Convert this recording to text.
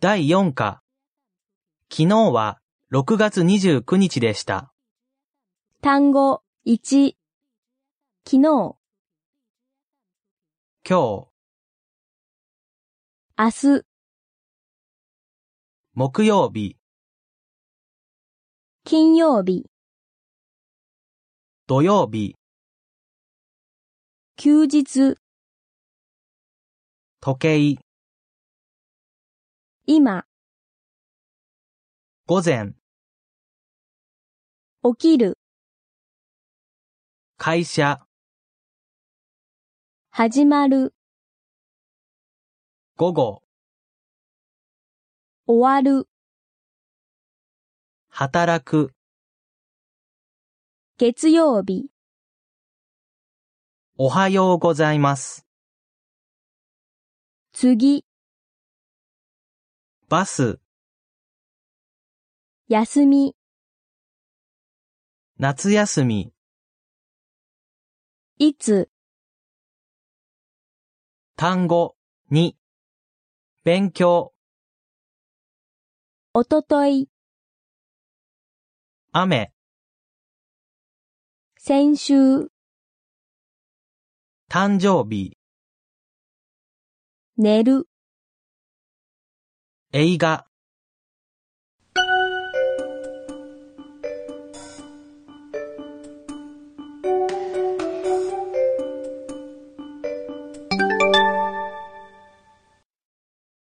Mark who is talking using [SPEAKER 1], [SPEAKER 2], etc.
[SPEAKER 1] 第4課。昨日は6月29日でした。
[SPEAKER 2] 単語1昨日、明
[SPEAKER 1] 今日、
[SPEAKER 2] 日、
[SPEAKER 1] 木曜日、
[SPEAKER 2] 金曜日、
[SPEAKER 1] 土曜日、
[SPEAKER 2] 休日、
[SPEAKER 1] 時計、
[SPEAKER 2] 今、
[SPEAKER 1] 午前、
[SPEAKER 2] 起きる、
[SPEAKER 1] 会社、
[SPEAKER 2] 始まる、
[SPEAKER 1] 午後、
[SPEAKER 2] 終わる、
[SPEAKER 1] 働く、
[SPEAKER 2] 月曜日、
[SPEAKER 1] おはようございます。
[SPEAKER 2] 次、
[SPEAKER 1] バス、
[SPEAKER 2] 休み、
[SPEAKER 1] 夏休み、
[SPEAKER 2] いつ、
[SPEAKER 1] 単語、に、勉強、
[SPEAKER 2] おととい、
[SPEAKER 1] 雨、
[SPEAKER 2] 先週、
[SPEAKER 1] 誕生日、
[SPEAKER 2] 寝る、
[SPEAKER 1] 映画、